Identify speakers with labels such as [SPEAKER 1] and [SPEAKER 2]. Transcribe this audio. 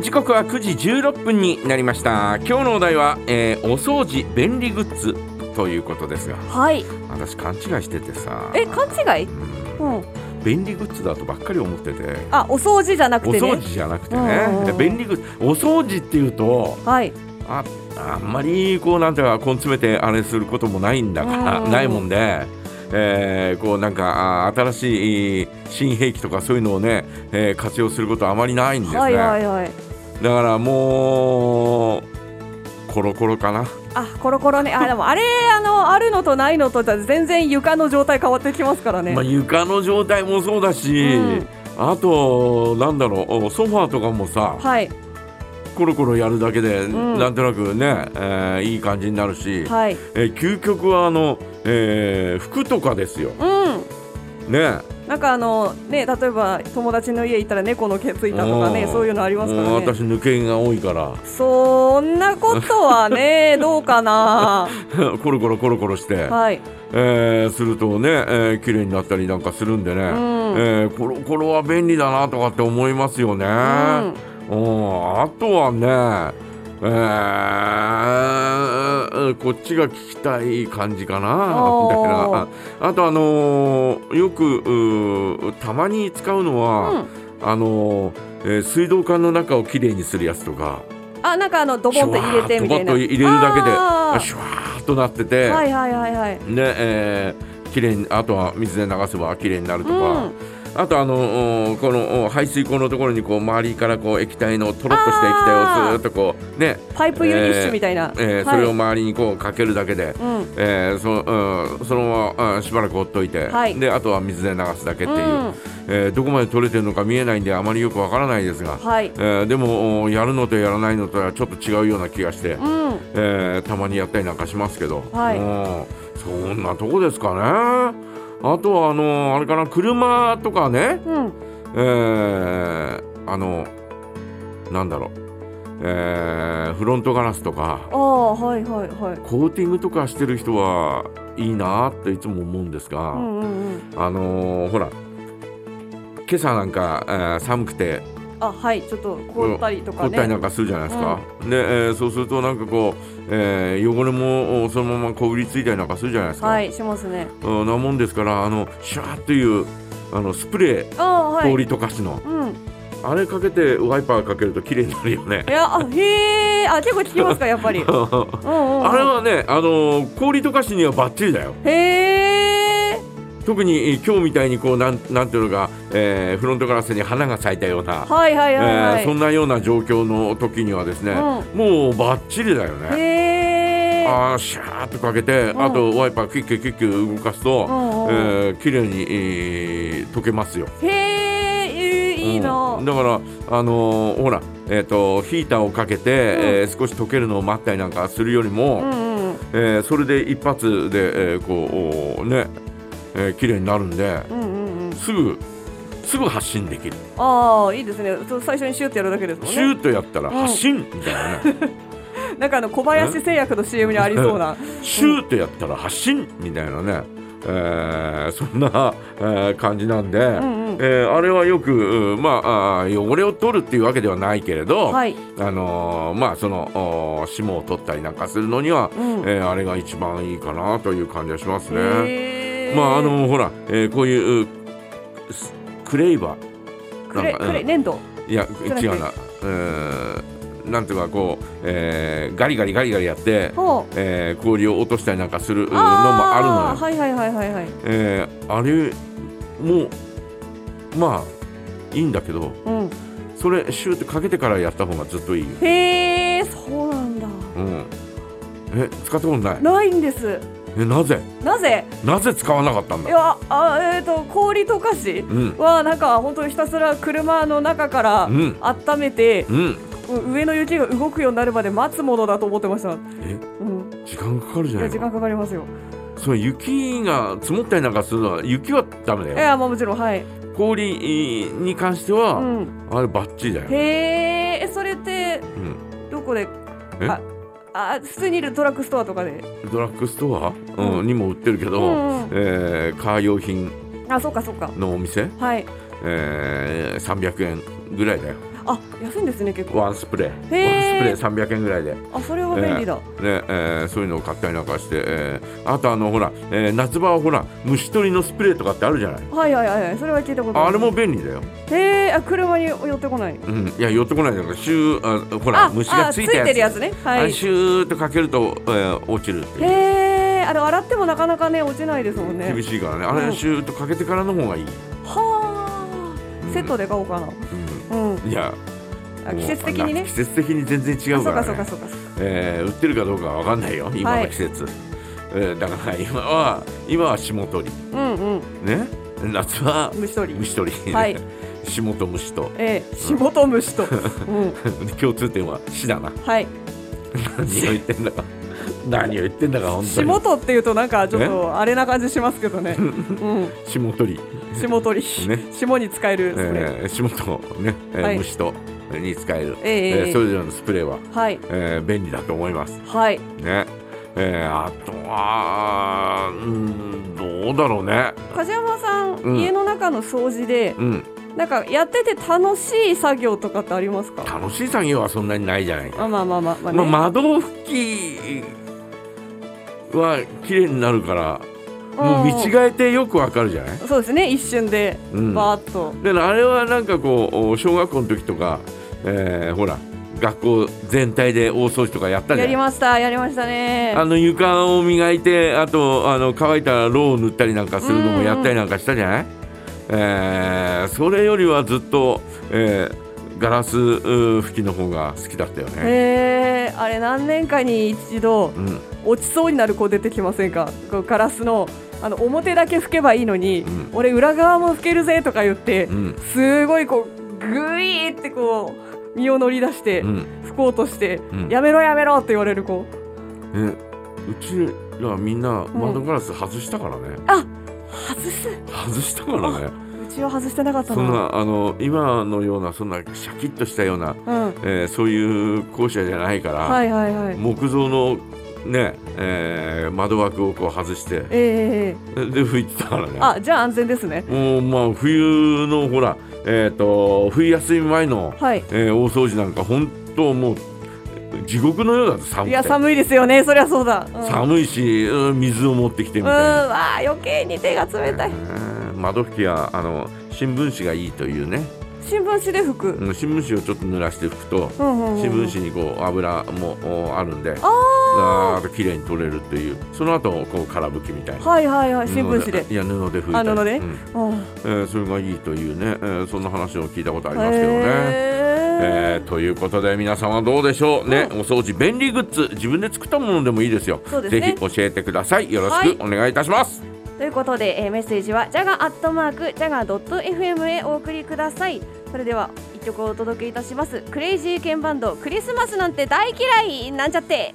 [SPEAKER 1] 時刻は9時16分になりました今日のお題は、えーお掃除便利グッズということですが
[SPEAKER 2] はい。
[SPEAKER 1] 私勘違いしててさ
[SPEAKER 2] え、勘違い？
[SPEAKER 1] う
[SPEAKER 2] うん。
[SPEAKER 1] ん便利グッズだとばっかり思ってて
[SPEAKER 2] あ、お掃除じゃなく
[SPEAKER 1] お
[SPEAKER 2] て
[SPEAKER 1] 掃
[SPEAKER 2] ね
[SPEAKER 1] 除。じゃなくて
[SPEAKER 2] うんうんう
[SPEAKER 1] ね
[SPEAKER 2] ん
[SPEAKER 1] 便利グッズお掃除っていうと
[SPEAKER 2] はい。
[SPEAKER 1] ああんまりこうなんていうか根詰めてあれすることもないんだから
[SPEAKER 2] うん
[SPEAKER 1] ないもんで、えーこうなんかあ新しい新兵器とかそういうのをね、えー活用することはあまりないんですね、
[SPEAKER 2] はいはいはい。
[SPEAKER 1] だからもうコロコロかな
[SPEAKER 2] あ、コロコロね。あ、でもあれあのあるのとないのとじゃ全然床の状態変わってきますからね。
[SPEAKER 1] まあ、床の状態もそうだし、
[SPEAKER 2] うん
[SPEAKER 1] あとなんだろうおソファーとかもさ
[SPEAKER 2] はい
[SPEAKER 1] コロコロやるだけで、
[SPEAKER 2] ん
[SPEAKER 1] なんとなくね、えーいい感じになるし、
[SPEAKER 2] はい。
[SPEAKER 1] えー究極はあの、えー服とかですよ。
[SPEAKER 2] うん。
[SPEAKER 1] ね
[SPEAKER 2] なんかあのね例えば友達の家行ったら猫の毛ついたとかね
[SPEAKER 1] うん
[SPEAKER 2] そういうのありますか
[SPEAKER 1] もう
[SPEAKER 2] らね
[SPEAKER 1] 私抜け毛が多いから
[SPEAKER 2] そんなことはねどうかな
[SPEAKER 1] コロコロコロコロして、
[SPEAKER 2] はい
[SPEAKER 1] えーするとね、えー綺麗になったりなんかするんでね、
[SPEAKER 2] ん
[SPEAKER 1] えーコロコロは便利だなとかって思いますよね。うんあとはね、えーこっちが聞きたい感じかな
[SPEAKER 2] お
[SPEAKER 1] みたい
[SPEAKER 2] ー
[SPEAKER 1] な ああとあのーよくうーたまに使うのは、
[SPEAKER 2] うん
[SPEAKER 1] あのーえー水道管の中をきれいにするやつとか
[SPEAKER 2] あなんかあのドボンと入れてみたいな
[SPEAKER 1] シュワーッと入れるだけで
[SPEAKER 2] あー
[SPEAKER 1] シュワーッとなってて、
[SPEAKER 2] はいはいはいはい
[SPEAKER 1] ねえー、きれいにあとは水で流せばきれいになるとか、
[SPEAKER 2] うん
[SPEAKER 1] あとあのおこのお排水口のところにこう周りからこう液体のとろっとした液体をずーっとこうね、
[SPEAKER 2] パイプユニッシュみたいな、
[SPEAKER 1] えー
[SPEAKER 2] はい
[SPEAKER 1] それを周りにこうかけるだけで。
[SPEAKER 2] うん
[SPEAKER 1] えーそうんそのまま、うんしばらく放っといて、
[SPEAKER 2] はい
[SPEAKER 1] であとは水で流すだけっていう、
[SPEAKER 2] うん
[SPEAKER 1] えーどこまで取れてるのか見えないんであまりよくわからないですが、
[SPEAKER 2] はい
[SPEAKER 1] えーでもおやるのとやらないのとはちょっと違うような気がして、
[SPEAKER 2] うん
[SPEAKER 1] えーたまにやったりなんかしますけど、
[SPEAKER 2] はい
[SPEAKER 1] うんそんなとこですかねあとはあのあれかな車とかね、
[SPEAKER 2] うん
[SPEAKER 1] えーあのなんだろう、えーフロントガラスとか
[SPEAKER 2] ああはいはいはい
[SPEAKER 1] コーティングとかしてる人はいいなっていつも思うんですが、
[SPEAKER 2] うんうんうん
[SPEAKER 1] あのーほら今朝なんか、えー寒くて
[SPEAKER 2] あはいちょっと凍ったりと
[SPEAKER 1] 凝
[SPEAKER 2] か
[SPEAKER 1] っ
[SPEAKER 2] ね
[SPEAKER 1] たりなんかするじゃないですか、で、えーそうするとなんかこう、えー汚れもおそのままこびりついたりなんかするじゃないですか、
[SPEAKER 2] はいしますね
[SPEAKER 1] うんなもんですからあのシャーっていうあのスプレー
[SPEAKER 2] ああはい
[SPEAKER 1] 氷とかしの、
[SPEAKER 2] うん
[SPEAKER 1] あれかけてワイパーかけると綺麗になるよね
[SPEAKER 2] いやあへえあ結構聞きますかや っぱりうん
[SPEAKER 1] あ
[SPEAKER 2] うんうん
[SPEAKER 1] れはねあの氷とかしにはバッチリだよ
[SPEAKER 2] へえ
[SPEAKER 1] 特にえー今日みたいにこうなんなんていうのか、えーフロントガラスに花が咲いたような、
[SPEAKER 2] はいはいはいは
[SPEAKER 1] えー
[SPEAKER 2] い、
[SPEAKER 1] そんなような状況の時にはですね、もうバッチリだよ
[SPEAKER 2] へ
[SPEAKER 1] ね。
[SPEAKER 2] え
[SPEAKER 1] あーシャーっとかけて、
[SPEAKER 2] ん
[SPEAKER 1] あとワイパーキュッキュッキュッキュ動かすと、
[SPEAKER 2] うんうん
[SPEAKER 1] えー綺麗に、えー溶けますよ。
[SPEAKER 2] へえいいな
[SPEAKER 1] うんだからあのーほらえっ、とヒーターをかけて、えー少し溶けるのを待ったりなんかするよりも、
[SPEAKER 2] うんうん
[SPEAKER 1] えーそれで一発で、えーこうおーね、えー綺麗になるんで、
[SPEAKER 2] うんうんうん
[SPEAKER 1] すぐすぐ発信できる。
[SPEAKER 2] ああいいですねそう最初にシューってやるだけですもんね
[SPEAKER 1] シューッとやったら
[SPEAKER 2] うん
[SPEAKER 1] 発信みたいなね。
[SPEAKER 2] なんかあの小林製薬の CM にありそうな
[SPEAKER 1] シューッとやったら発信みたいなね。えーそんな、えー感じなんで、
[SPEAKER 2] んうん
[SPEAKER 1] えーあれはよく、うんまあ、あー汚れを取るっていうわけではないけれど、
[SPEAKER 2] はい
[SPEAKER 1] あのーまあそのおー霜を取ったりなんかするのには、
[SPEAKER 2] うん
[SPEAKER 1] えーあれが一番いいかなという感じがしますね。
[SPEAKER 2] へえ
[SPEAKER 1] まああのーほら、えーこういううすクレイバ
[SPEAKER 2] クレ
[SPEAKER 1] なんか
[SPEAKER 2] クレ
[SPEAKER 1] うん
[SPEAKER 2] 粘土
[SPEAKER 1] いや
[SPEAKER 2] じゃなくて
[SPEAKER 1] 違うな、えーなんていうかこう、えーガリガリガリガリやって、
[SPEAKER 2] ほう
[SPEAKER 1] えー氷を落としたりなんかするうのもあるのよ
[SPEAKER 2] あ。ーはいはいはいはいはい
[SPEAKER 1] えーあれもまあいいんだけど
[SPEAKER 2] うん
[SPEAKER 1] それシューってかけてからやった方がずっといいよ。
[SPEAKER 2] へえそうなんだ
[SPEAKER 1] うん、え使ったことない
[SPEAKER 2] ないんです
[SPEAKER 1] えなぜ
[SPEAKER 2] なぜ
[SPEAKER 1] なぜ使わなかったん
[SPEAKER 2] い
[SPEAKER 1] だ
[SPEAKER 2] やあえっ、と氷溶かし
[SPEAKER 1] うん
[SPEAKER 2] はなんか本当にひたすら車の中から
[SPEAKER 1] うん
[SPEAKER 2] 温めて、
[SPEAKER 1] うん
[SPEAKER 2] 上の雪が動くようになるまで待つものだと思ってました。うん、
[SPEAKER 1] え
[SPEAKER 2] い
[SPEAKER 1] 時間かかるじゃな
[SPEAKER 2] や
[SPEAKER 1] い
[SPEAKER 2] 時
[SPEAKER 1] の
[SPEAKER 2] 間かかりますよ。
[SPEAKER 1] その雪が積もったりなんかするのは雪はダメ
[SPEAKER 2] い
[SPEAKER 1] だよ
[SPEAKER 2] やまあもちろんはい。
[SPEAKER 1] 氷に関して
[SPEAKER 2] う
[SPEAKER 1] は、
[SPEAKER 2] ん。
[SPEAKER 1] あれバッチリだよ、
[SPEAKER 2] へーえ、それって
[SPEAKER 1] うん、
[SPEAKER 2] どこで？
[SPEAKER 1] え
[SPEAKER 2] ああ普通にいるドラッグストアとかで。
[SPEAKER 1] ドラッグストア、うん
[SPEAKER 2] う
[SPEAKER 1] にも売ってるけど、
[SPEAKER 2] うんうん
[SPEAKER 1] えーカー用品
[SPEAKER 2] あそうかそうか。
[SPEAKER 1] のお店、
[SPEAKER 2] はい。
[SPEAKER 1] えー300円ぐらいだよ
[SPEAKER 2] あ安いんですね結構
[SPEAKER 1] ワンスプレーワンスプ
[SPEAKER 2] へー
[SPEAKER 1] レー300円ぐらいで、
[SPEAKER 2] あそれは便利だ、
[SPEAKER 1] えーねえーそういうのを買ったりなんかして、えーあとあのほら、えー夏場はほら虫取りのスプレーとかってあるじゃない
[SPEAKER 2] はいはいはいはいそれは聞いたこと
[SPEAKER 1] あれ
[SPEAKER 2] ある
[SPEAKER 1] も便利だよ、
[SPEAKER 2] へえあ車に寄ってこない
[SPEAKER 1] うん、いや寄ってこないじゃんかシューあほら
[SPEAKER 2] あ
[SPEAKER 1] 虫が
[SPEAKER 2] あ
[SPEAKER 1] ついたやつ
[SPEAKER 2] てるやつね
[SPEAKER 1] あ
[SPEAKER 2] は
[SPEAKER 1] れ
[SPEAKER 2] い
[SPEAKER 1] シューってかけると、えー落ちるっていう
[SPEAKER 2] へえあれ洗ってもなかなかね落ちないですもんね
[SPEAKER 1] 厳しいからねあ
[SPEAKER 2] うん
[SPEAKER 1] れシューッとかけてからの方がいい、うん
[SPEAKER 2] はあセットで買おうかなうん
[SPEAKER 1] うんいや
[SPEAKER 2] あ
[SPEAKER 1] もう
[SPEAKER 2] 季節的に
[SPEAKER 1] あ
[SPEAKER 2] ね
[SPEAKER 1] 季節的に全然違
[SPEAKER 2] あ
[SPEAKER 1] う
[SPEAKER 2] そ
[SPEAKER 1] か
[SPEAKER 2] うからそうか
[SPEAKER 1] ね
[SPEAKER 2] そうかそう
[SPEAKER 1] えー売ってるかどうかは分かんないよ今の季節、えーだから今は今は霜取り
[SPEAKER 2] かうんうん
[SPEAKER 1] ね夏は
[SPEAKER 2] 虫取り
[SPEAKER 1] 虫取り、
[SPEAKER 2] はい
[SPEAKER 1] 霜と虫と
[SPEAKER 2] ええ仕事虫とうん
[SPEAKER 1] 共通点は死だ な
[SPEAKER 2] はい
[SPEAKER 1] 何を言ってん だか何を言ってんだか本当
[SPEAKER 2] 仕
[SPEAKER 1] に
[SPEAKER 2] 事っていうとなんかちょっとあれな感じしますけ どねうん
[SPEAKER 1] 霜取り、
[SPEAKER 2] 霜取り、
[SPEAKER 1] ね
[SPEAKER 2] 霜に使える
[SPEAKER 1] え
[SPEAKER 2] それ、
[SPEAKER 1] ー、霜と、ねえー
[SPEAKER 2] はい
[SPEAKER 1] 虫とに使える、
[SPEAKER 2] ええええ
[SPEAKER 1] それぞれのスプレーは、
[SPEAKER 2] はい
[SPEAKER 1] えー便利だと思います
[SPEAKER 2] はい
[SPEAKER 1] ねえー、あとはうんどうだろうね
[SPEAKER 2] 梶山さん、
[SPEAKER 1] うん
[SPEAKER 2] 家の中の掃除で
[SPEAKER 1] うん
[SPEAKER 2] なんかやってて楽しい作業とかってありますか
[SPEAKER 1] 楽しい作業はそんなにないじゃないか、
[SPEAKER 2] あまあまあまあまあ、ね
[SPEAKER 1] まあ、窓拭きは綺麗になるからもう見違えてよくわかるじゃない、
[SPEAKER 2] そうですね一瞬で
[SPEAKER 1] うん、だか
[SPEAKER 2] バーっと、
[SPEAKER 1] らあれはなんかこう小学校の時とか、えーほら学校全体で大掃除とかやったじ
[SPEAKER 2] や
[SPEAKER 1] ゃな
[SPEAKER 2] り
[SPEAKER 1] い
[SPEAKER 2] ましたやりましたね
[SPEAKER 1] あの床を磨いてあとあの乾いたろうを塗ったりなんかするのもやったりなんかしたじゃない、えーそれよりはずっと、えーガラスうー拭きの方が好きだったよね。
[SPEAKER 2] へえあれ何年かに一度
[SPEAKER 1] うん
[SPEAKER 2] 落ちそうになる子出てきませんかこうガラスのあの表だけ拭けばいいのに、
[SPEAKER 1] うん
[SPEAKER 2] 俺裏側も拭けるぜとか言って、
[SPEAKER 1] うん
[SPEAKER 2] すごいこうグイーってこう身を乗り出して、
[SPEAKER 1] うん
[SPEAKER 2] 拭こうとして、
[SPEAKER 1] うん
[SPEAKER 2] やめろやめろって言われる子
[SPEAKER 1] ねうちらみんな窓ガラス外したからね、
[SPEAKER 2] 外すう
[SPEAKER 1] 外したからね
[SPEAKER 2] ちは外してなかった
[SPEAKER 1] そん
[SPEAKER 2] な
[SPEAKER 1] なあの今のようなそんなシャキッとしたような、
[SPEAKER 2] うん
[SPEAKER 1] えーそういう校舎じゃないから、
[SPEAKER 2] はいはいはい
[SPEAKER 1] 木造のね、えー窓枠をこう外して
[SPEAKER 2] えええええ
[SPEAKER 1] で拭いてたからね
[SPEAKER 2] えあじゃあ安全ですね
[SPEAKER 1] もうまあ冬のほらえっ、と冬休み前の、
[SPEAKER 2] はい
[SPEAKER 1] えー大掃除なんか本当もう地獄のようだと寒
[SPEAKER 2] い
[SPEAKER 1] く
[SPEAKER 2] や
[SPEAKER 1] て
[SPEAKER 2] 寒いですよねそりゃそうだ、うん、うん
[SPEAKER 1] 寒いし、うん水を持ってきてみたいな、
[SPEAKER 2] わあ余計に手が冷たい
[SPEAKER 1] うん窓拭きはあの新聞紙がいいというね、
[SPEAKER 2] 新聞紙で拭く、
[SPEAKER 1] うん新聞紙をちょっと濡らして拭くと、
[SPEAKER 2] うんうんうん
[SPEAKER 1] 新聞紙にこう油もおあるんで
[SPEAKER 2] あ
[SPEAKER 1] あーっと綺麗に取れるというその後こう空拭きみたい
[SPEAKER 2] あ
[SPEAKER 1] な、
[SPEAKER 2] はいはいはい新聞紙で
[SPEAKER 1] 布いや布で拭いたり
[SPEAKER 2] あ布で
[SPEAKER 1] うん
[SPEAKER 2] うん
[SPEAKER 1] えーそれがいいというね、えーそんな話を聞いたことあ
[SPEAKER 2] あ
[SPEAKER 1] りますけどね。え
[SPEAKER 2] え
[SPEAKER 1] ーということで皆さんはどうでしょうね、お掃除便利グッズ自分で作ったものでもいいですよ
[SPEAKER 2] そうですね
[SPEAKER 1] ぜひ教えてくださいよろしくお願いいたします、
[SPEAKER 2] ということで、えーメッセージはジャガアットマークジャガドット FM へお送りくださいそれでは一曲お届けいたしますクレイジーケンバンドクリスマスなんて大嫌いなんちゃって